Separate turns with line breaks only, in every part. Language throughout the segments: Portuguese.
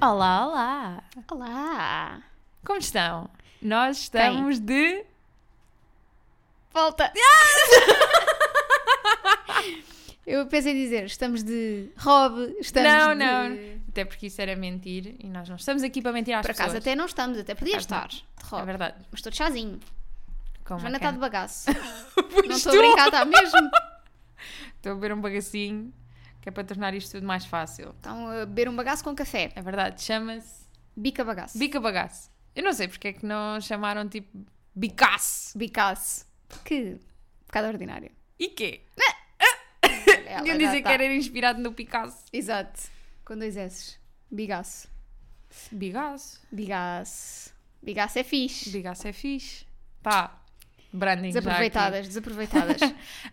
Olá, olá!
Olá!
Como estão? Nós estamos de.
Volta! Eu pensei em dizer, estamos de Rob, estamos
não,
de...
não! Até porque isso era mentir e nós não estamos aqui para mentir às
Por
pessoas.
acaso até não estamos, até podia
acaso não.
estar de Rob.
É verdade.
Mas estou de chazinho.
Como é
Joana tá
que
está
é?
de bagaço.
Pois
não estou a brincar, está mesmo.
Estou a beber um bagacinho que é para tornar isto tudo mais fácil.
Estão a beber um bagaço com café.
É verdade, chama-se
Bica bagaço.
bica bagaço. Eu não sei porque é que não chamaram tipo bicaço.
Bicaço. Que um bocado ordinário.
E quê?
Ela
Iam
já
dizer
tá.
que era inspirado no Picasso.
Exato. Com dois S's. Bigaço.
Bigaço.
Bigaço. Bigaço é fixe.
Bigaço é fixe. Pá, branding já aqui.
Desaproveitadas, desaproveitadas.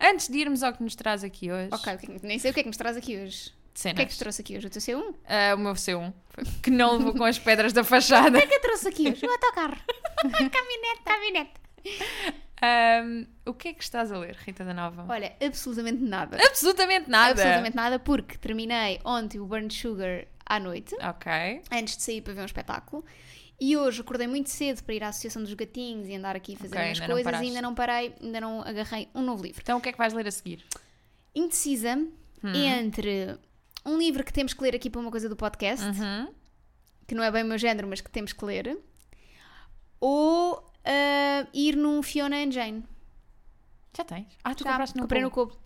Antes de irmos ao que nos traz aqui hoje,
ok, o que é que- nem sei o que é que nos traz aqui hoje.
de
O
cenas,
que é que te trouxe aqui hoje? O teu C1? O
ah, o meu C1, foi- que não levou com as pedras da fachada.
que é que eu trouxe aqui hoje? O autocarro. caminhonete, caminhonete.
Ahm, o que é que estás a ler, Rita da Nova?
Olha, absolutamente nada.
Absolutamente nada.
Absolutamente nada, porque terminei ontem o Burn Sugar à noite,
Ok.
antes de sair para ver um espetáculo. E hoje acordei muito cedo para ir à Associação dos Gatinhos e andar aqui a fazer
Ok,
as
ainda não
coisas e
paraste.
ainda não parei, ainda não agarrei um novo livro.
Então o que é que vais ler a seguir?
Indecisa
Hum.
entre um livro que temos que ler aqui para uma coisa do podcast,
Uhum.
que não é bem o meu género, mas que temos que ler, ou ah, ir num Fiona and Jane.
Já tens. Ah, tu
Já,
compraste no Ah.
comprei
Google.
no cubo.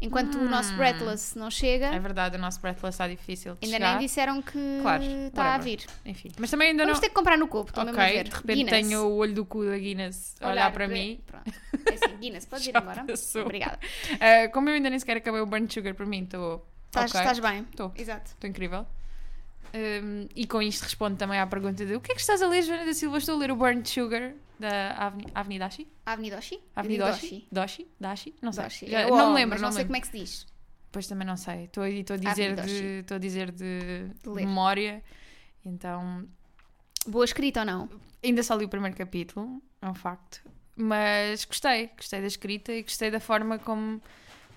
Enquanto o nosso Breathless não chega,
É verdade, o nosso Breathless está difícil de
ainda
chegar.
nem disseram que
Claro,
está a
whatever.
vir.
Enfim, mas também ainda
Vamos
não...
ter que comprar no cubo, estou mesmo a
Ok,
ver.
de repente
Guinness.
tenho o olho do cu da Guinness a olhar para mim.
Pronto. É assim, Guinness, podes ir
Já
embora?
passou.
Obrigada.
Ah, como eu ainda nem sequer acabei o Burn Sugar para mim, estou.
Estás
ok,
estás bem?
Estou.
Exato.
Estou incrível. Hum, e com isto respondo também à pergunta de o que é que estás a ler, Joana da Silva? Estou a ler o Burn Sugar da Avni, Avnidashi?
Avenidoshi?
Avnidoshi? Doshi? Dashi? Não sei.
Doshi.
Já-
É o
não
O,
me lembro,
mas
não,
não
me
sei
lembro.
como é que se diz.
Pois também não sei. Estou a, estou a dizer, de,
Avnidashi.
estou a dizer de,
De ler.
memória. Então,
Boa escrita ou não?
ainda só li o primeiro capítulo, é um facto. Mas gostei, gostei da escrita e gostei da forma como,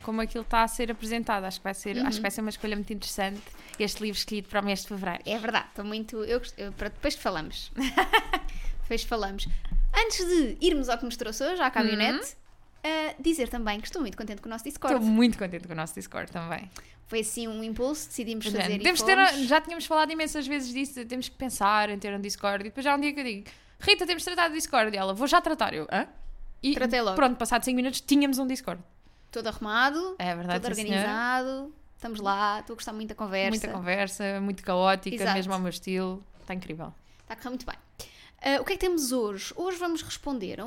como aquilo está a ser apresentado. Acho que, vai ser,
Uhum.
acho que vai ser uma escolha muito interessante este livro escolhido para o mês de fevereiro.
É verdade, estou muito. Eu, gost- eu, pronto, depois falamos. depois falamos. Antes de irmos ao que nos trouxe hoje, à caminhonete, ah, dizer também que estou muito contente com o nosso Discord.
Uhum. Estou muito contente com o nosso Discord também.
Foi assim um impulso, decidimos
Portanto,
fazer
temos
e
de é, ter- um-
fomos.
já tínhamos falado imensas vezes disso, de temos que pensar em ter um Discord. E depois já há um dia que eu digo, Rita, temos de tratar do Discord. E ela, vou já tratar. Eu, hã? E
Tratei logo.
pronto, passados 5 minutos tínhamos um Discord.
Todo arrumado,
É verdade,
todo
sim, senhora.
organizado. Estamos lá, estou a gostar muito da conversa.
Muita conversa, muito caótica,
Exato.
mesmo ao meu estilo. Está incrível.
Está a correr muito bem. Ah, o que é que temos hoje? Hoje vamos responder a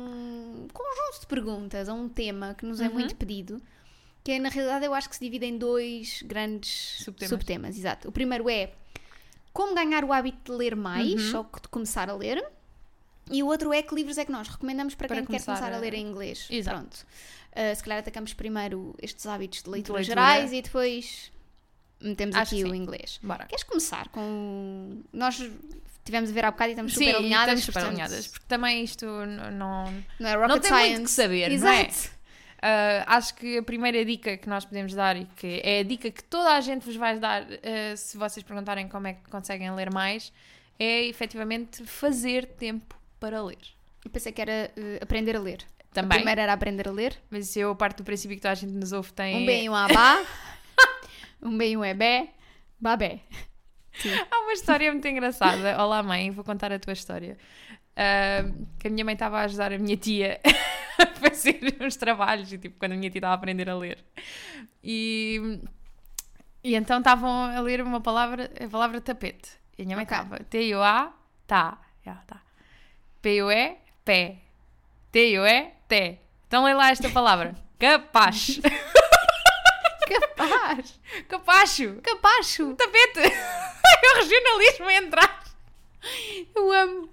um conjunto de perguntas, a um tema que
Uhum.
nos é muito pedido, que é, na realidade eu acho que se divide em dois grandes
Subtemas.
subtemas. exato. O primeiro é como ganhar o hábito de ler mais,
Uhum.
ou de começar a ler. E o outro é que livros é que nós recomendamos para,
Para
quem quer
começar
começar a
a-
ler em inglês.
Exato.
Pronto. Ah, se calhar atacamos primeiro estes hábitos de leitura,
leitura.
gerais e depois metemos
Acho
aqui
que
o
sim.
inglês.
Bora.
Queres começar com. Nós tivemos a ver há bocado e estamos super
Sim,
alinhadas.
estamos super
portanto,
alinhadas. Porque também isto n- não...
Não é rocket
não tem
science.
muito que saber,
Exato.
não é? Ah, acho que a primeira dica que nós podemos dar e que é a dica que toda a gente vos vai dar ah, se vocês perguntarem como é que conseguem ler mais é efetivamente fazer tempo para ler.
Eu pensei que era eh, aprender a ler.
Também.
A primeira era aprender a ler.
Mas se eu parto do princípio que toda a gente nos ouve tem.
Um bem e um abá. um bem e um ebé. Babé.
Há É uma história muito engraçada. Olá, mãe, vou contar a tua história. Ah, que a minha mãe estava a ajudar a minha tia a fazer uns trabalhos, e, tipo, quando a minha tia estava a aprender a ler. E, e então estavam a ler uma palavra, a palavra tapete. E a minha mãe
Ok.
estava T-U-A, tá. Já, tá. P-U-E, pé. T-U-E, té. Então lê lá esta palavra. Capaz.
Capaz.
Capacho.
Capacho.
Tapete. É o regionalismo a entrar.
Eu amo.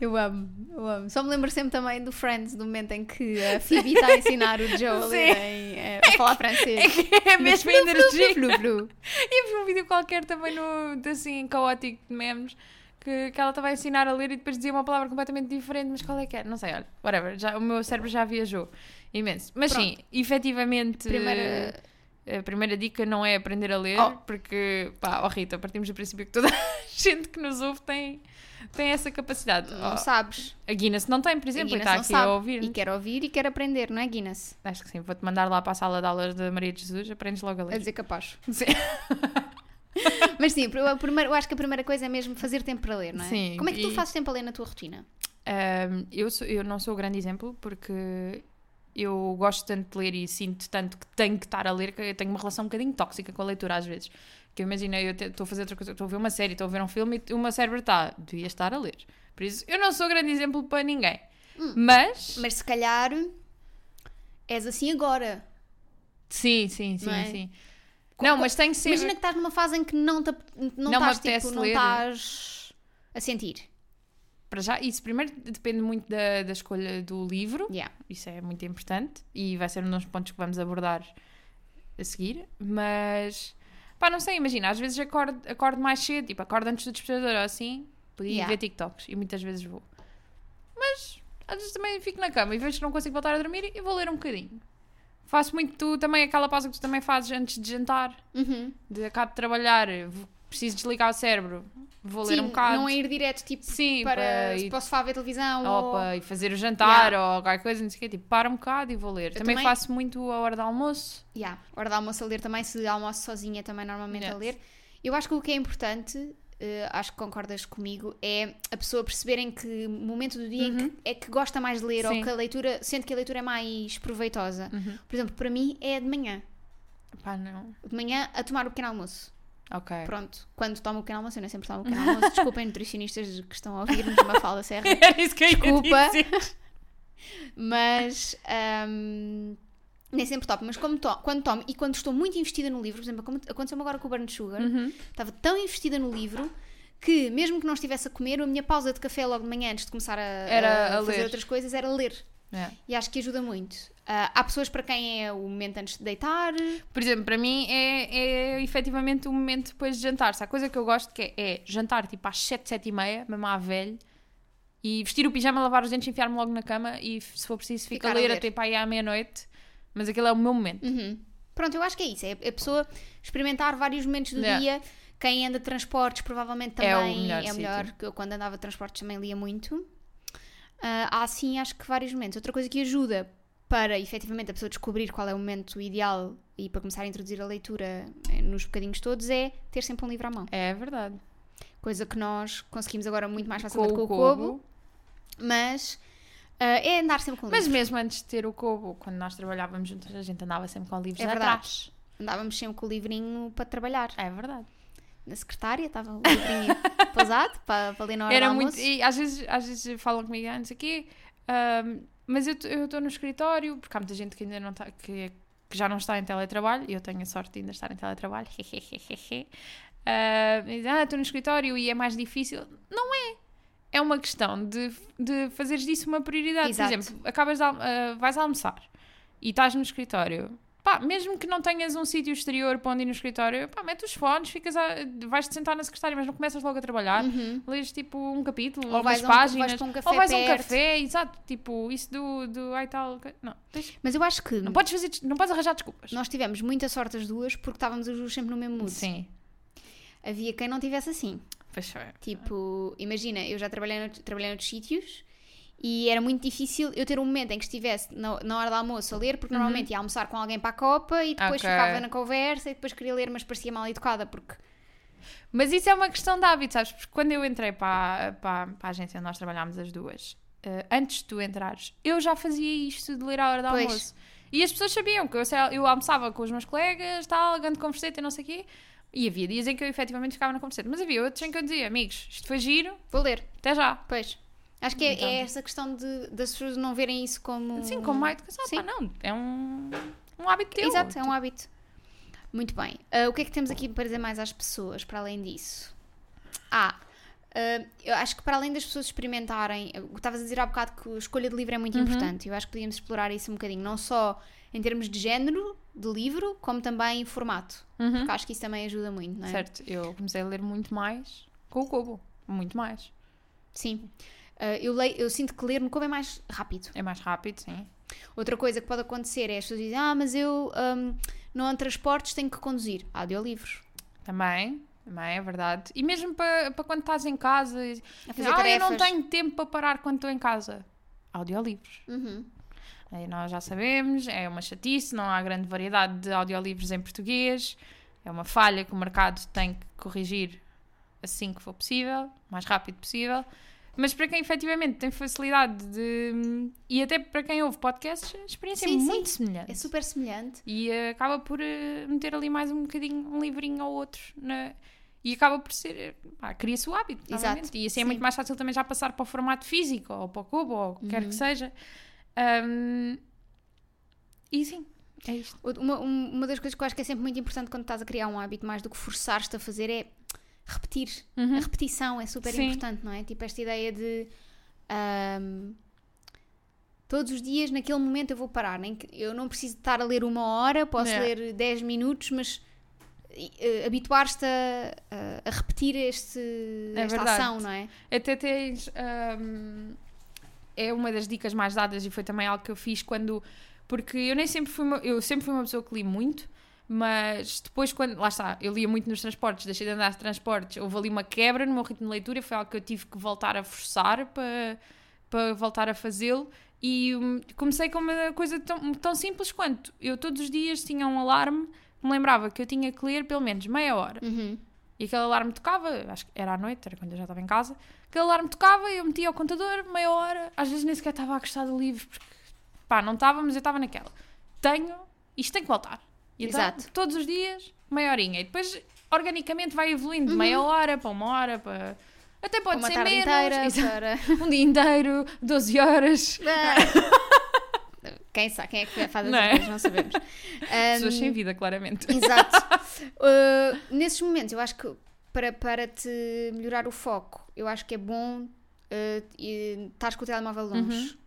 Eu amo, eu amo. Só me lembro sempre também do Friends, do momento em que a Phoebe está a ensinar o Joe a, ler em, eh, a falar francês.
É que é a mesma energia.
Blu, blu, blu.
E vi um vídeo qualquer também no, de, assim, caótico de memes, que, que ela estava a ensinar a ler e depois dizia uma palavra completamente diferente, mas qual é que era? Não sei, olha, whatever, já, o meu cérebro já viajou imenso. Mas sim, efetivamente, eh,
Primeira
A primeira dica não é aprender a ler,
Oh.
porque, pá, ó Rita, partimos do princípio que toda a gente que nos ouve tem, tem essa capacidade.
Não
Oh,
sabes.
a Guinness não tem, por exemplo, e
Guinness
está
não
aqui
sabe.
a ouvir.
E é- quer ouvir e quer aprender, não é, Guinness?
Acho que sim, vou-te mandar lá para a sala de aulas da Maria de Jesus, aprendes logo a
A
ler.
dizer capaz.
Sim.
Mas sim, eu, a primeira- eu acho que a primeira coisa é mesmo fazer tempo para ler, não é?
Sim,
Como é que tu
e-
fazes tempo a ler na tua rotina?
Ahm, eu, sou- eu não sou o grande exemplo porque eu gosto tanto de ler e sinto tanto que tenho que estar a ler que eu tenho uma relação um bocadinho tóxica com a leitura às vezes. Que eu imagino, eu te- estou a fazer outra coisa, estou a ver uma série, estou a ver um filme e o meu cérebro está, devia estar a ler. Por isso, eu não sou o grande exemplo para ninguém.
Hum.
Mas,
Mas se calhar és assim agora.
sim, sim, sim,
Não é?
sim. Não, mas tenho sempre.
Imagina que estás numa fase em que não, te, ap- não,
Não me
estás,
apetece
tipo, não
ler.
estás a sentir.
Para já, isso primeiro depende muito da, da escolha do livro.
Yeah.
isso é muito importante e vai ser um dos pontos que vamos abordar a seguir, mas pá, não sei, imagina, às vezes acordo, acordo mais cedo, tipo, acordo antes do despertador ou assim, podia ir
Yeah.
ver TikToks e muitas vezes vou. Mas às vezes também fico na cama e vejo que não consigo voltar a dormir e vou ler um bocadinho. Faço muito tu, também aquela pausa que tu também fazes antes de jantar,
Uhum.
de acabo de trabalhar, vou- preciso desligar o cérebro, vou ler
Sim,
um bocado.
não é ir direto, tipo,
Sim,
para,
para
se
ir-
posso falar ver televisão
ou
ou...
para ir fazer o jantar
Yeah.
ou qualquer coisa, não sei o quê, tipo, para um bocado e vou ler. Também,
também-
faço muito a hora do almoço.
Yeah, hora de almoço a ler também, se almoço sozinha também normalmente a
Yes.
ler. Eu acho que o que é importante, eh, acho que concordas comigo, é a pessoa perceber em que momento do dia em que- é que gosta mais de ler ou
Uhum. Sim.
que a leitura, sente que a leitura é mais proveitosa.
Uhum.
Por exemplo, para mim é de manhã.
Pá, não.
De manhã a tomar o pequeno almoço.
Ok.
Pronto, quando tomo o pequeno almoço, eu não sempre tomo o pequeno almoço. Desculpem, nutricionistas que estão a ouvir-nos uma fala serra.
Era isso que eu ia
Desculpa.
dizer.
mas ahm, nem sempre topo, mas como to- quando tomo e quando estou muito investida no livro, por exemplo, como aconteceu-me agora com o Burn Sugar,
Uhum.
estava tão investida no livro que mesmo que não estivesse a comer, a minha pausa de café logo de manhã antes de começar a,
Era a
fazer
ler.
outras coisas era ler.
É.
E acho que ajuda muito. Ah, há pessoas para quem é o momento antes de deitar.
Por exemplo, para mim é, é efetivamente o momento depois de jantar. Se há coisa que eu gosto que é, é jantar tipo às 7, 7 e meia, mesmo à velha, e vestir o pijama, lavar os dentes, enfiar-me logo na cama e se for preciso ficar, a ler até para aí à meia-noite. Mas aquele é o meu momento.
Uhum. Pronto, eu acho que é isso. É a pessoa experimentar vários momentos do
Yeah.
dia. Quem anda de transportes provavelmente também
É
é
o
o
melhor
melhor.
sítio.
que eu quando andava de transportes também lia muito. Ah, há sim, acho que vários momentos. Outra coisa que ajuda para efetivamente a pessoa descobrir qual é o momento ideal e para começar a introduzir a leitura eh, nos bocadinhos todos é ter sempre um livro à mão.
É verdade.
Coisa que nós conseguimos agora muito mais
Com
facilmente com,
o
o Kobo,
cobo.
mas ah, é andar sempre com
Mas
livros.
mesmo antes de ter o cobo, quando nós trabalhávamos juntas, a gente andava sempre com livros
É verdade.
atrás.
Andávamos sempre com o livrinho para trabalhar.
É verdade.
na secretária, estava um o livrinho pousado para, para ler na hora
Era
do
muito.
almoço.
E às vezes, às vezes falam comigo, ah, não sei o quê, ahm, mas eu estou no escritório, porque há muita gente que ainda não está, que, que já não está em teletrabalho, e eu tenho a sorte de ainda estar em teletrabalho. Ah, e dizem, ah, estou no escritório e é mais difícil. Não é. É uma questão de, de fazeres disso uma prioridade.
Exato.
Por exemplo, acabas de al- ah, vais almoçar e estás no escritório. Pá, mesmo que não tenhas um sítio exterior para onde ir no escritório, pá, mete os fones, ficas a- vais-te sentar na secretária, mas não começas logo a trabalhar
Uhum.
lês tipo um capítulo,
Ou
ou umas
vais a um-
páginas,
vais para um café
ou vais a um
perto.
café, exato, tipo isso do, do ai tal, não, tens-
Mas eu acho que
não podes fazer, des- não podes arranjar desculpas.
nós tivemos muita sorte as duas porque estávamos as duas sempre no mesmo mood.
Sim,
Havia quem não tivesse assim.
pois é.
Tipo, imagina, eu já trabalhei, nout- trabalhei noutros sítios e era muito difícil eu ter um momento em que estivesse na, na hora do almoço a ler, porque normalmente ia almoçar com alguém para a copa e depois
Uhum. Ok.
ficava na conversa e depois queria ler, mas parecia mal educada porque
Mas isso é uma questão de hábito, sabes? Porque quando eu entrei para, a- para, para a agência onde nós trabalhámos as duas, eh, antes de tu entrares, eu já fazia isto de ler à hora do
Pois.
almoço. E as pessoas sabiam que eu, sei lá, eu almoçava com os meus colegas, tal, grande converseta e não sei o quê. E havia dias em que eu efetivamente ficava na converseta. Mas havia outros em que eu dizia, amigos, isto foi giro,
vou ler.
até já.
Pois. Acho que é,
Então.
é essa questão de, das pessoas não verem isso como.
Sim, Assim, com má educação.
Sim.
Pá, não, é um, um hábito teu.
Exato, é um hábito. Muito bem. Ah, o que é que temos aqui para dizer mais às pessoas, para além disso? Ah, ah, eu acho que para além das pessoas experimentarem, o que estavas a dizer há bocado que a escolha de livro é
Uhum.
muito importante. Eu acho que podíamos explorar isso um bocadinho, não só em termos de género de livro, como também em formato. Porque acho que isso também ajuda muito, não é?
Uhum. Certo, eu comecei a ler muito mais com o Kobo. Muito mais.
Sim. Ah, eu, leio, eu sinto que ler no Kobo é mais rápido.
É mais rápido, sim.
Outra coisa que pode acontecer é as pessoas dizem, ah, mas eu hum, não há transportes, tenho que conduzir. Audiolivros.
Também, também é verdade. E mesmo para para quando estás em casa, e-
A fazer
ah, eu não
tarefas.
tenho tempo para parar quando estou em casa. Audiolivros.
Uhum.
Aí nós já sabemos, é uma chatice, não há grande variedade de audiolivros em português. É uma falha que o mercado tem que corrigir assim que for possível, o mais rápido possível. Mas para quem efetivamente tem facilidade de. E até para quem ouve podcasts, a experiência é
Sim, sim.
muito semelhante.
É super semelhante.
E eh, acaba por eh, meter ali mais um bocadinho, um livrinho ou outro. na- E acaba por ser. eh, Pá, cria-se o hábito,
Exato,
novamente. E assim é
sim.
muito mais fácil também já passar para o formato físico ou para o cubo ou o que
Uhum.
quer que seja. Ahm, E sim, é isto.
Outra- Uma, um- uma das coisas que eu acho que é sempre muito importante quando estás a criar um hábito, mais do que forçar-te a fazer, é repetir. A repetição é super
Uhum. Sim.
importante, não é? Tipo, esta ideia de. ahm, todos os dias, naquele momento, eu vou parar. Nem que, eu não preciso estar a ler uma hora, posso
É.
ler 10 minutos, mas e, eh, habituar-te a, a- a repetir este, esta
verdade.
ação, não é?
Até tens. ahm, é uma das dicas mais dadas e foi também algo que eu fiz quando. Porque eu nem sempre fui uma, eu sempre fui uma pessoa que li muito, mas depois quando. Lá está, eu lia muito nos transportes, deixei de andar de transportes, houve ali uma quebra no meu ritmo de leitura, foi algo que eu tive que voltar a forçar para, para voltar a fazê-lo. E hum, comecei com uma coisa tão, tão simples quanto eu todos os dias tinha um alarme que me lembrava que eu tinha que ler pelo menos meia hora.
Uhum.
E aquele alarme tocava, acho que era à noite, era quando eu já estava em casa. Aquele alarme tocava, eu metia ao contador, meia hora, às vezes nem sequer estava a gostar do livro, porque pá, não estava, mas eu estava naquela. Tenho, isto tem que voltar. E então,
Exato.
todos os dias, meia horinha. E depois, organicamente, vai evoluindo de meia hora para uma hora, para. Até pode
Uhum. Uma
ser
tarde
menos,
inteira
exato.
para.
um dia inteiro, 12 horas.
quem sabe, quem é que faz as
Não é?
coisas, não sabemos.
Pessoas
Ahm,
sem vida, claramente.
Exato. Uh, nesses momentos, eu acho que para, para te melhorar o foco, eu acho que é bom uh, e- estares com o telemóvel longe.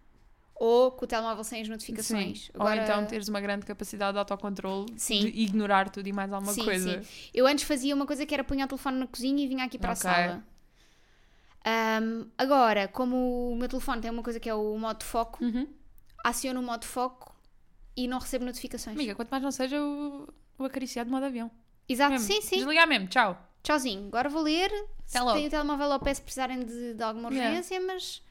Ou com o telemóvel sem as notificações.
Uhum. Sim. Ou então teres uma grande capacidade de autocontrole,
Sim.
de ignorar tudo e mais alguma
sim,
coisa.
sim. Eu antes fazia uma coisa que era punhar o telefone na cozinha e vinha aqui para
Ok.
a sala. Ahm, agora, como o meu telefone tem uma coisa que é o modo foco,
Uhum.
aciono o modo foco e não recebo notificações.
Amiga, quanto mais não seja o, o acariciado de modo avião.
Exato,
Mesmo.
Ah, sim, sim.
Desligar mesmo, tchau.
Tchauzinho, agora vou ler.
Até
Se
logo.
têm o telemóvel ao pé se precisarem de, de alguma
Yeah.
urgência, mas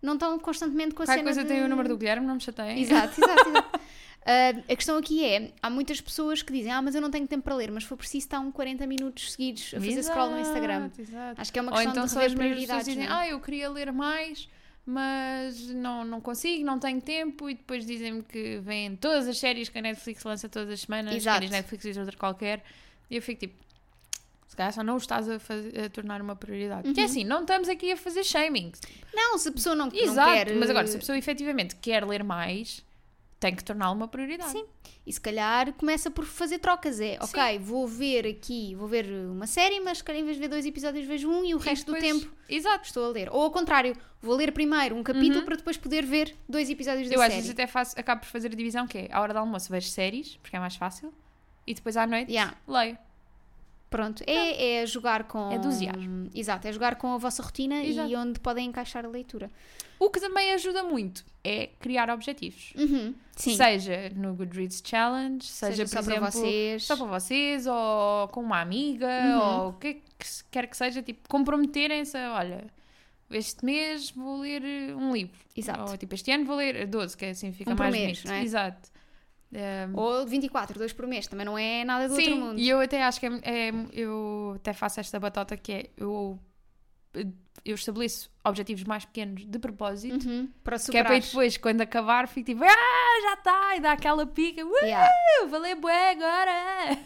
não estão constantemente com a
Qualquer
cena
coisa
de...
tem o número do Guilherme, não me chateiem.
Exato, exato, exato. Ah, a questão aqui é, há muitas pessoas que dizem, ah, mas eu não tenho tempo para ler, mas foi preciso estar um 40 minutos seguidos a fazer scroll no Instagram.
Exato, exato.
Acho que é uma
Ou
questão
então
de
são as
rever
mesmas pessoas que
prioridades,
dizem,
não é?
ah, eu queria ler mais, mas não, não consigo, não tenho tempo. E depois dizem-me que vêm todas as séries que a Netflix lança todas as semanas,
Exato.
séries Netflix e outra qualquer. E eu fico tipo, se calhar só não o estás a, faz- a tornar uma prioridade.
Uhum.
Que é assim, não estamos aqui a fazer shaming.
Não, se a pessoa não, não
Exato,
quer...
mas agora,
eh,
se a pessoa efetivamente quer ler mais, tem que torná-lo uma prioridade.
Sim. E se calhar começa por fazer trocas, é, ok, vou ver aqui, vou ver uma série, mas se calhar em vez de ver dois episódios vejo um e o
E
resto do
depois-
tempo
Exato.
estou a ler. Ou ao contrário, vou ler primeiro um capítulo para depois poder ver dois episódios da
Uhum. Eu às
série.
vezes até faço, acabo por fazer a divisão que é à hora do almoço vejo séries, porque é mais fácil, e depois à noite
Yeah.
leio.
Pronto, é, é jogar com.
É dosear.
Exato, é jogar com a vossa rotina
Exato.
e onde podem encaixar a leitura.
O que também ajuda muito é criar objetivos.
Uhum, Sim,
Seja no Goodreads Challenge, seja,
seja
por
só
exemplo,
para vocês.
só para vocês, ou com uma amiga,
Uhum.
ou o que é que se- quer que seja, tipo, comprometerem-se a, olha, este mês vou ler eh, um livro.
Exato.
Ou tipo, este ano vou ler 12, que assim fica
Um por
mais
mês,
bonito.
não é?
Exato. Eh,
Ou 24, dois por mês, também não é nada do
Sim,
outro mundo.
e eu até acho que é, é- eu até faço esta batota que é eu, eu estabeleço objetivos mais pequenos de propósito,
Uhum, Para
que é para
superar.
aí depois, quando acabar, fico tipo, ah, já está, e dá aquela pica, uh,
Yeah.
valeu bué agora!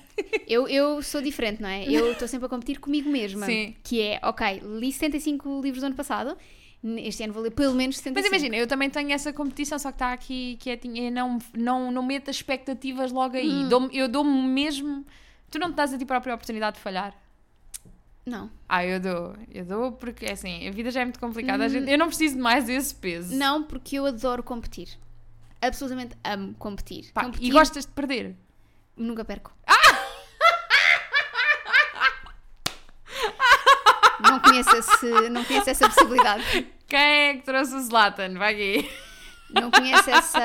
Eu, eu sou diferente, não é? Eu estou sempre a competir comigo mesma.
Sim.
Que é, ok, li 75 livros do ano passado, este ano vou ler pelo menos 75.
Mas imagina, eu também tenho essa competição, só que está aqui quietinha, eu não, não, não meto expectativas logo aí,
Hum.
Dou-me- eu dou-me mesmo, tu não te dás a ti própria a oportunidade de falhar.
Não.
Ah, eu dou, eu dou porque é assim, a vida já é muito complicada, a gente- eu não preciso de mais esse peso.
Hum. Não, porque eu adoro competir. Absolutamente amo competir.
Pá,
competir
e Ah! gostas de perder?
Nunca perco. Não conheço, esse- não conheço essa possibilidade.
Quem é que trouxe o Zlatan? Vai aqui.
Não conheço essa.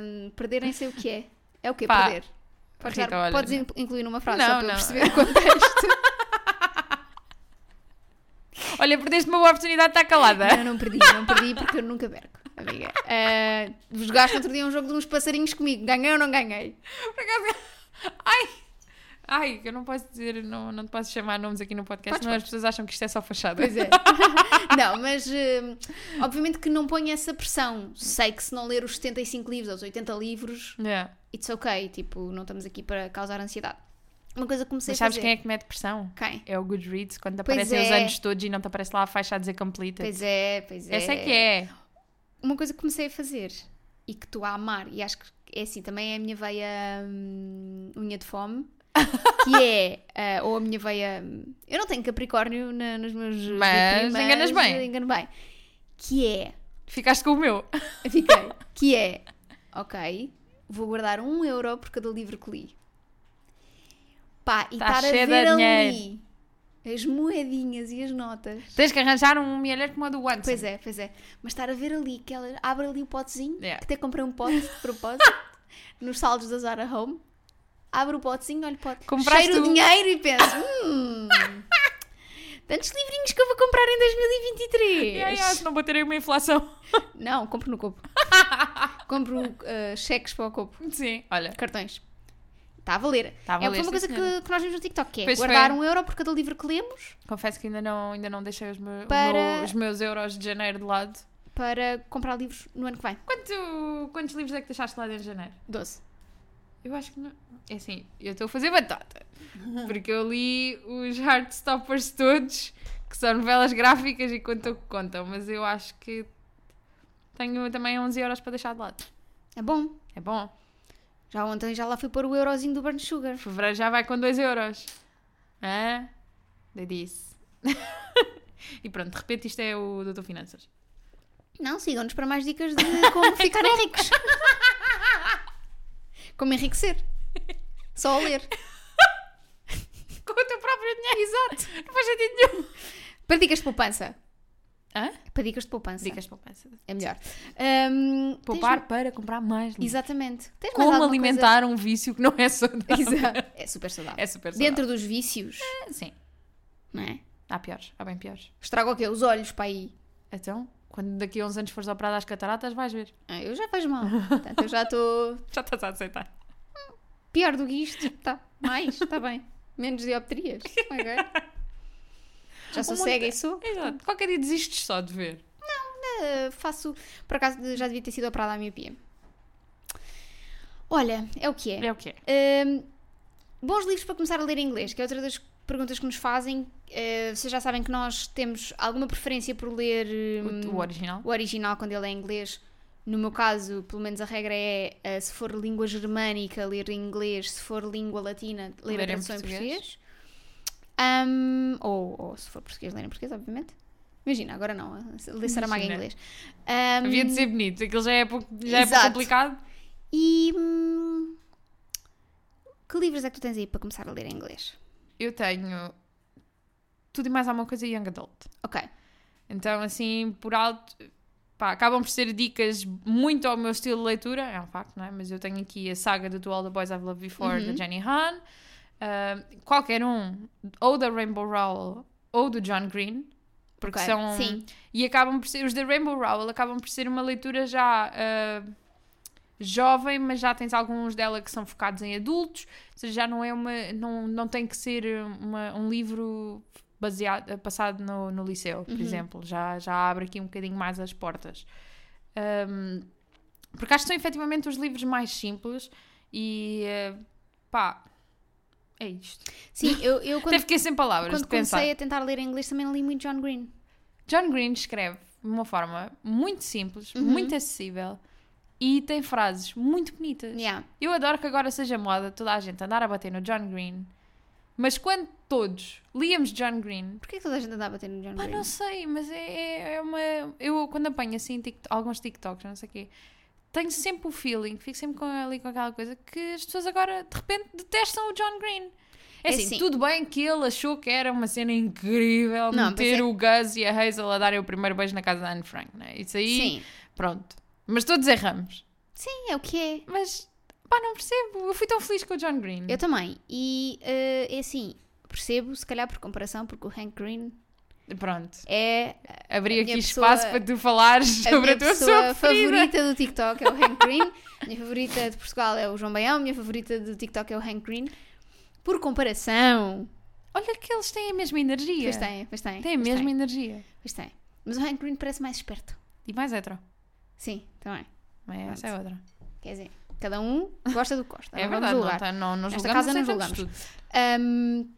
hum, Perder nem sei o que é. É o que
Pá,
perder. Podes,
Rita,
dar-
olha,
podes
não.
in- incluir numa frase
Não,
só para eu
não.
perceber o contexto.
Olha, perdeste uma boa oportunidade de estar calada.
não, não perdi, não perdi porque eu nunca perco, amiga. Ah, jogaste outro dia um jogo de uns passarinhos comigo. Ganhei ou não ganhei?
Por acaso- Ai! Ai, que eu não posso dizer, não, não te posso chamar nomes aqui no podcast,
Podes,
senão as pessoas acham que isto é só fachada.
Pois é. não, mas hum, obviamente que não ponho essa pressão. Sei que se não ler os 75 livros ou os 80 livros,
É.
it's ok. Tipo, não estamos aqui para causar ansiedade. Uma coisa que comecei
Mas sabes
a
quem
fazer.
é que mete pressão?
Quem?
É o Goodreads, quando te
Pois
aparecem os
é.
anos todos e não te aparece lá a faixa a dizer completed.
Pois é, pois é.
Essa é que é.
Uma coisa que comecei a fazer e que estou a amar, e acho que é assim, também é a minha veia hum, unha de fome, que é, ah, ou a minha veia. hum, Eu não tenho Capricórnio na- nos meus.
Mas
vitri,
enganas bem.
Engano bem. Que é.
Ficaste com o meu.
Fiquei. Que é, ok, vou guardar um euro por cada livro que li. Pá, e
Tá
estar a
cheia de
ver ali
dinheiro.
as moedinhas e as notas.
Tens que arranjar um milheiro como a do Anson.
Pois é, pois é. Mas estar a ver ali, que ela abre ali o potezinho,
Yeah.
que até comprei um pote de propósito, nos saldos da Zara Home. Abre o potezinho, olha o pote.
Compraste
cheiro o
um-
dinheiro e penso, hum... Tantos livrinhos que eu vou comprar em 2023.
E aí, ah, se não baterem uma inflação.
Não, compro no copo. compro eh, cheques para o copo.
Sim, olha.
Cartões. Está a valer.
Tá a
é,
valer,
foi uma
sim,
coisa que,
senhora.
que nós vimos no TikTok, que é
Pois
guardar
foi.
um euro por cada livro que lemos
Confesso que ainda não, ainda não deixei os, meu- o
Para-
meu- os meus euros de janeiro de lado.
para comprar livros no ano que vem.
Quanto- quantos livros é que deixaste de lado em janeiro?
12.
Eu acho que não. É assim, eu estou a fazer batata. Porque eu li os Heartstoppers todos, que são novelas gráficas e contam o que contam, mas eu acho que tenho também 11 euros para deixar de lado.
É bom.
É bom.
Já ontem já lá fui pôr o eurozinho do Burn Sugar.
Fevereiro já vai com 2 euros. Hã? They disse. e pronto, de repente isto é o Doutor Finanças.
Não, sigam-nos para mais dicas de como ficarem ricos. como enriquecer. Só a ler.
Com o teu próprio dinheiro. Exato. Não faz sentido nenhum.
Para dicas de poupança.
Hã?
Para dicas de poupança.
Dicas de poupança.
É melhor. Ahm, tens-
Poupar para comprar mais livros.
Exatamente. Tens mais
Como
alguma
alimentar um vício que não é
coisa?
saudável.
Exato. É super saudável.
É super saudável. Ah,
Dentro dos vícios,
Sim.
não é?
Há piores, há bem piores.
Estraga o quê? Os olhos para aí.
Então, quando daqui a uns anos fores operada às cataratas, vais ver.
Ah, eu já faz mal. Portanto, eu já estou
Já estás a aceitar.
pior do que isto. Tá, mais, está bem. Menos dioptrias. ok? Já sou
Um monte-
cega e sou.
Exato. Qualquer dia desistes só de ver.
Ah, faço. Por acaso já devia ter sido operada a miopia. Olha, é o que é.
É o que é.
Ahm, bons livros para começar a ler em inglês, que é outra das perguntas que nos fazem. Ah, vocês já sabem que nós temos alguma preferência por ler. hum,
O, o original.
o original quando ele é em inglês. No meu caso, pelo menos a regra é eh, se for língua germânica, ler em inglês, se for língua latina, ler, a
Ler em
tradução em português.
português.
Ahm, ou, ou se for português, ler em português, obviamente. Imagina, agora não, eh, ler Saramago em
Imagina.
inglês. Ahm,
Havia de ser bonito. Aquilo já é pouco, já é pouco
Exato.
complicado.
E hum, que livros é que tu tens aí para começar a ler em inglês?
Eu tenho tudo e mais alguma coisa Young Adult.
Ok,
Então, assim, por alto, pá, acabam por ser dicas muito ao meu estilo de leitura, é um facto, não é? Mas eu tenho aqui a saga do All the Boys I've Loved Before,
Uhum.
da Jenny Han, Ah, qualquer um, ou da Rainbow Rowell ou do John Green, porque
Ok,
são.
sim.
E acabam por ser, os da Rainbow Rowell acabam por ser uma leitura já. ah, Jovem, mas já tens alguns dela que são focados em adultos, ou seja, já não é uma. Não, não tem que ser uma- um livro baseado, passado no, no liceu,
Uhum.
por exemplo. Já, já abre aqui um bocadinho mais as portas. Ahm, porque acho que são efetivamente os livros mais simples e eh, pá, é isto.
sim, eu, eu
Até
quando,
fiquei sem palavras
quando
de pensar.
comecei a tentar ler em inglês também li muito John Green.
John Green escreve de uma forma muito simples,
Uhum.
muito acessível e tem frases muito bonitas.
Yeah.
Eu adoro que agora seja moda toda a gente andar a bater no John Green, mas quando todos líamos John Green,
Porquê que toda a gente andava a ter no John
Pá,
Green?
não sei, mas é- é, é uma. Eu quando apanho assim tikt- alguns TikToks, não sei o quê, tenho sempre o feeling, fico sempre com, ali com aquela coisa que as pessoas agora de repente detestam o John Green. É
É
assim,
assim.
tudo bem que ele achou que era uma cena incrível
Não, mas
meter
é-
o Gus e a Hazel a darem o primeiro beijo na casa da Anne Frank, não é? Isso aí,
Sim.
pronto. Mas todos erramos.
Sim, é o que é.
Mas Pá, não percebo. Eu fui tão feliz com o John Green.
Eu também. E eh, é assim, percebo, se calhar por comparação, porque o Hank Green
Pronto.
é
Abri
A
aqui
minha
espaço
pessoa-
para tu falares
a
sobre
minha
a tua
pessoa
pessoa preferida.
favorita do TikTok, é o Hank Green. a minha favorita de Portugal é o João Baião, a minha favorita do TikTok é o Hank Green. Por comparação,
Olha que eles têm a mesma energia.
pois tem, pois tem.
Têm a
pois
mesma
tem,
energia.
pois tem. Mas o Hank Green parece mais esperto.
E mais hetero.
Sim, também.
Mas essa é outra.
Quer dizer, cada um gosta do que gosta.
É
não vamos
verdade, não,
julgar.
tá, não, não
Nesta
julgamos,
casa não
aceitamos
julgamos.
tudo.
Um,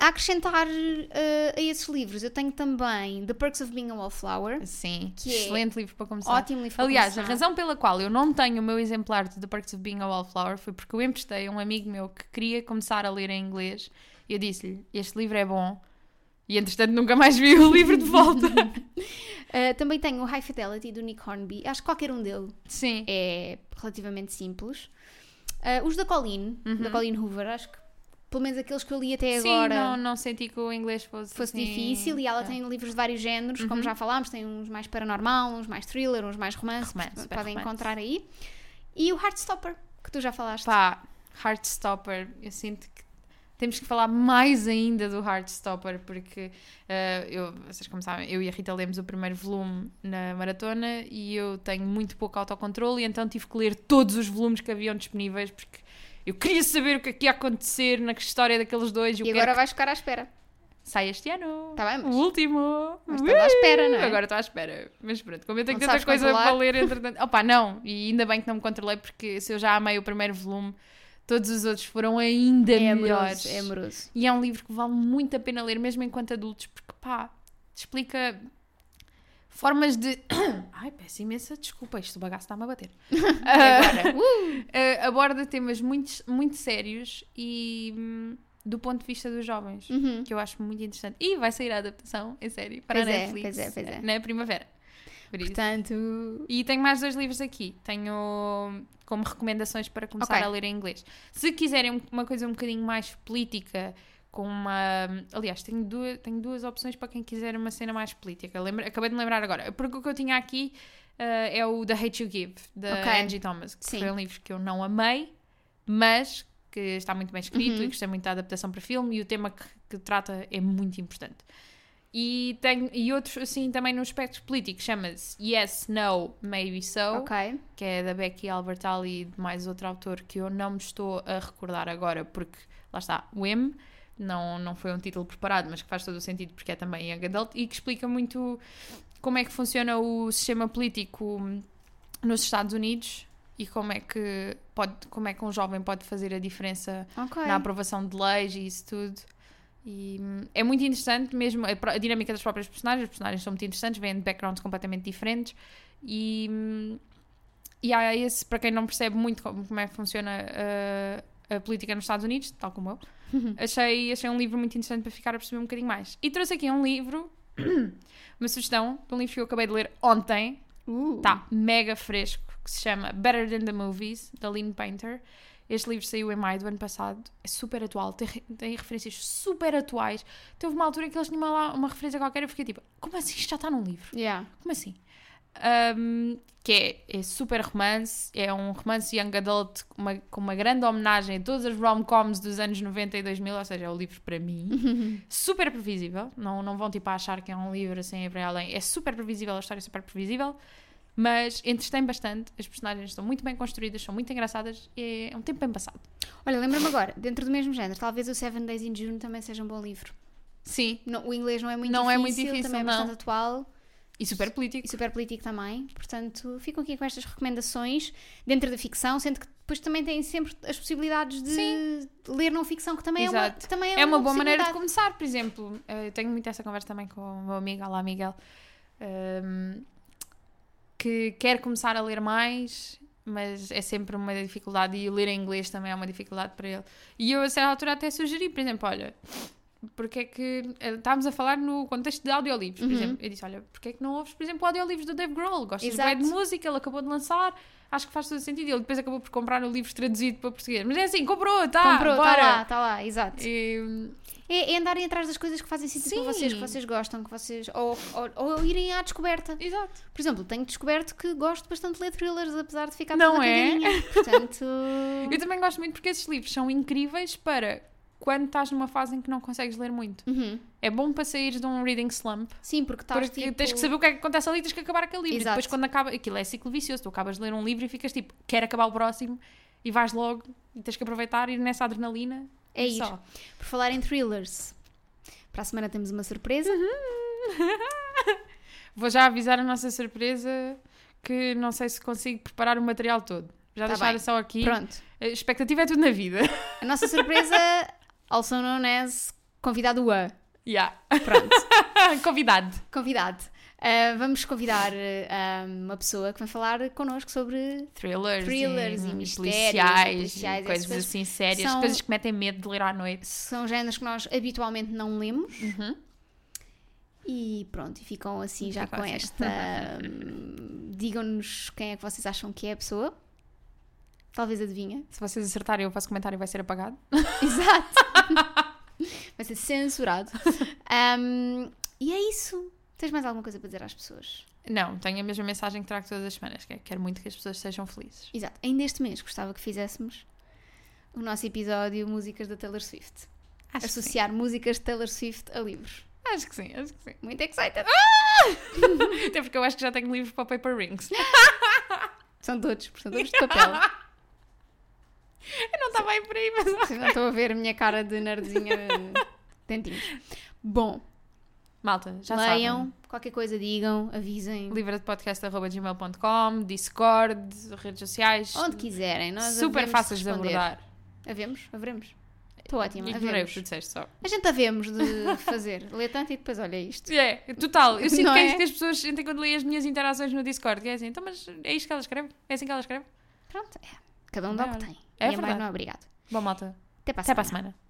a acrescentar uh, a esses livros, eu tenho também The Perks of Being a Wallflower.
Sim,
Que é
excelente livro para começar.
Ótimo livro. para
Aliás, a
começar.
razão pela qual eu não tenho o meu exemplar de The Perks of Being a Wallflower foi porque eu emprestei a um amigo meu que queria começar a ler em inglês e eu disse-lhe: Este livro é bom. E entretanto nunca mais vi o livro de volta.
Uh, também tenho o High Fidelity do Nick Hornby. Acho que qualquer um dele
Sim.
é relativamente simples. Uh, os da Colleen, da Colleen Hoover, acho que pelo menos aqueles que eu li até
Uhum. Sim,
agora
não, não senti que o inglês fosse,
fosse
assim-
difícil. E ela
É.
tem livros de vários géneros,
Uhum.
como já falámos, tem uns mais paranormal, uns mais thriller, uns mais romance,
Romance,
portanto,
bem
podem
romance.
encontrar aí. E o Heartstopper, que tu já falaste.
Pá, Heartstopper, eu sinto que temos que falar mais ainda do Heartstopper, porque eh, eu, vocês como sabem, eu e a Rita lemos o primeiro volume na maratona e eu tenho muito pouco autocontrole, e então tive que ler todos os volumes que haviam disponíveis, porque eu queria saber o que é que ia acontecer na história daqueles dois. Eu
E
quero
agora vais ficar à espera.
é que sai este ano.
Tá bem, mas-
O último.
mas estás à espera, não é?
Uh, Agora estou à espera. Mas pronto, como eu tenho
Não
tanta
sabes
coisa
controlar.
para ler, entretanto. Opa, não. E ainda bem que não me controlei, porque se eu já amei o primeiro volume, todos os outros foram ainda
É
melhores.
amoroso, é amoroso.
E é um livro que vale muito a pena ler, mesmo enquanto adultos, porque pá, explica formas de. Ai, peço imensa desculpa, isto o bagaço está-me a bater. Agora, uh, aborda temas muito, muito sérios e hum, do ponto de vista dos jovens,
Uhum.
que eu acho muito interessante. E vai sair a adaptação em série para
Pois
a
é,
Netflix
pois é, pois é.
na primavera. Por isso.
Portanto,
E tenho mais dois livros aqui. Tenho como recomendações para começar
Ok.
a ler em inglês. Se quiserem um- uma coisa um bocadinho mais política, com uma. Aliás, tenho duas, tenho duas opções para quem quiser uma cena mais política. Lembra- Acabei de me lembrar agora. Porque o que eu tinha aqui eh, é o The Hate You Give, da
Ok.
Angie Thomas, que
Sim.
foi um livro que eu não amei, mas que está muito bem escrito
Uhum.
e gostei muito da adaptação para filme e o tema que, que trata é muito importante. E, tenho, e outros, assim, também no espectro político, chama-se Yes, No, Maybe So,
ok.
que é da Becky Albertalli e de mais outro autor que eu não me estou a recordar agora, porque lá está, Whim, não, não foi um título preparado, mas que faz todo o sentido porque é também Young Adult e que explica muito como é que funciona o sistema político nos Estados Unidos e como é que, pode, como é que um jovem pode fazer a diferença
Ok.
na aprovação de leis e isso tudo. E hum, é muito interessante mesmo a, pro- a dinâmica das próprias personagens. Os personagens são muito interessantes, vêm de backgrounds completamente diferentes. E, hum, e há esse, para quem não percebe muito como, como é que funciona uh, a política nos Estados Unidos, tal como eu, achei, achei um livro muito interessante para ficar a perceber um bocadinho mais. E trouxe aqui um livro, uma sugestão, de um livro que eu acabei de ler ontem,
Uh.
Está mega fresco, que se chama Better Than the Movies, da Lynn Painter. Este livro saiu em maio do ano passado, é super atual, tem, re- tem referências super atuais. Então, houve uma altura em que eles tinham lá uma referência qualquer e eu fiquei tipo, como assim isto já está num livro?
Yeah.
Como assim? Ahm, que é, é super romance, é um romance young adult com uma, com uma grande homenagem a todas as rom-coms dos anos 90 e 2000, ou seja, é o livro para mim. super previsível, não, não vão tipo a achar que é um livro assim para além. É super previsível, a história é super previsível, mas entretém bastante, as personagens estão muito bem construídas, são muito engraçadas, é um tempo bem passado.
Olha, lembra-me agora, dentro do mesmo género, talvez o Seven Days in June também seja um bom livro.
Sim,
Não- o inglês não é muito
Não
difícil,
é muito difícil,
também é
não.
bastante atual
e super político.
e super político também. Portanto, ficam aqui com estas recomendações dentro da ficção, sendo que depois também têm sempre as possibilidades de ler não ficção, que também é uma
Exato.
que também é,
É uma boa maneira de
possibilidade.
começar, por exemplo. eh, Eu tenho muito essa conversa também com o meu amigo, Olá Miguel, ehm, que quer começar a ler mais, mas é sempre uma dificuldade e ler em inglês também é uma dificuldade para ele. E eu, a certa altura, até sugeri, por exemplo, olha, porque é que eh, estávamos a falar no contexto de audiolivros, por
Uhum.
exemplo. Eu disse, olha, porque é que não ouves, por exemplo, audiolivros do Dave Grohl? Gostas
Exato.
bem de música, ele acabou de lançar. acho que faz todo sentido. E ele depois acabou por comprar o livro traduzido para português. Mas é assim, comprou, tá,
Comprou,
bora.
está lá, está lá, exato.
E, hum,
É, é andarem atrás das coisas que fazem sentido
Sim.
para vocês, que vocês gostam, que vocês. Ou, ou, ou irem à descoberta.
exato.
Por exemplo, tenho descoberto que gosto bastante de ler thrillers, apesar de ficar
Não
toda
é?
cagadinha. Portanto.
Eu também gosto muito porque esses livros são incríveis para quando estás numa fase em que não consegues ler muito.
Uhum.
É bom para saíres de um reading slump.
Sim, porque estás
Porque
tipo...
tens que saber o que é que acontece ali e tens que acabar aquele livro. E depois
Exato.
quando acaba, aquilo é ciclo vicioso, tu acabas de ler um livro e ficas tipo, quero acabar o próximo e vais logo e tens que aproveitar ir nessa adrenalina.
É
e
ir.
só.
Por falar em thrillers, para a semana temos uma surpresa.
Uhum. Vou já avisar a nossa surpresa que não sei se consigo preparar o material todo. Já
Tá
deixar
bem.
só aqui.
Pronto.
A expectativa é tudo na vida.
A nossa surpresa, also known as convidado a.
Yeah.
Pronto.
Convidado.
Convidado. Ah, vamos convidar ah, uma pessoa que vai falar connosco sobre.
Thrillers,
Thrillers e
hum,
mistérios,
policiais,
policiais,
e coisas
essas
assim sérias,
são-
coisas que metem medo de ler à noite.
São géneros que nós habitualmente não lemos.
Uhum.
E pronto, e ficam assim já
Ficam
com
assim.
esta. hum, Digam-nos quem é que vocês acham que é a pessoa. Talvez adivinha.
Se vocês acertarem, o vosso comentário vai ser apagado.
Exato. Vai ser censurado. Hum, e é isso. Tens mais alguma coisa para dizer às pessoas?
Não, tenho a mesma mensagem que trago todas as semanas, que é quero muito que as pessoas sejam felizes.
Exato. Ainda este mês gostava que fizéssemos o nosso episódio Músicas da Taylor Swift.
Acho
Associar músicas de Taylor Swift a livros.
que sim. Assim. Acho que sim, acho que sim.
Muito excited. Ah!
Até porque eu acho que já tenho livro para Paper Rings.
São todos, são todos de papel.
Eu não estava aí por aí, mas
Vocês não estão a ver a minha cara de nerdzinha dentinhos. Bom,
Malta, já
leiam,
sabem.
qualquer coisa digam, avisem.
livradepodcast.gmail.com, Discord, redes sociais.
Onde quiserem. Nós
super
havemos
fáceis de
responder.
abordar.
Havemos, haveremos. Estou ótima,
Ignorei o
havemos.
que tu disseste só.
A gente havemos de fazer. Lê tanto e depois olha isto.
É, total. Eu sinto
Não
que é
é?
isso que as pessoas sentem quando leem as minhas interações no Discord. Que é assim, então, mas é isto que ela escreve? É assim que ela escreve?
Pronto, é. Cada um dá o que tem.
É
e a mais
verdade.
não é obrigado.
Bom, malta.
Até para a
Até para a
semana.
semana.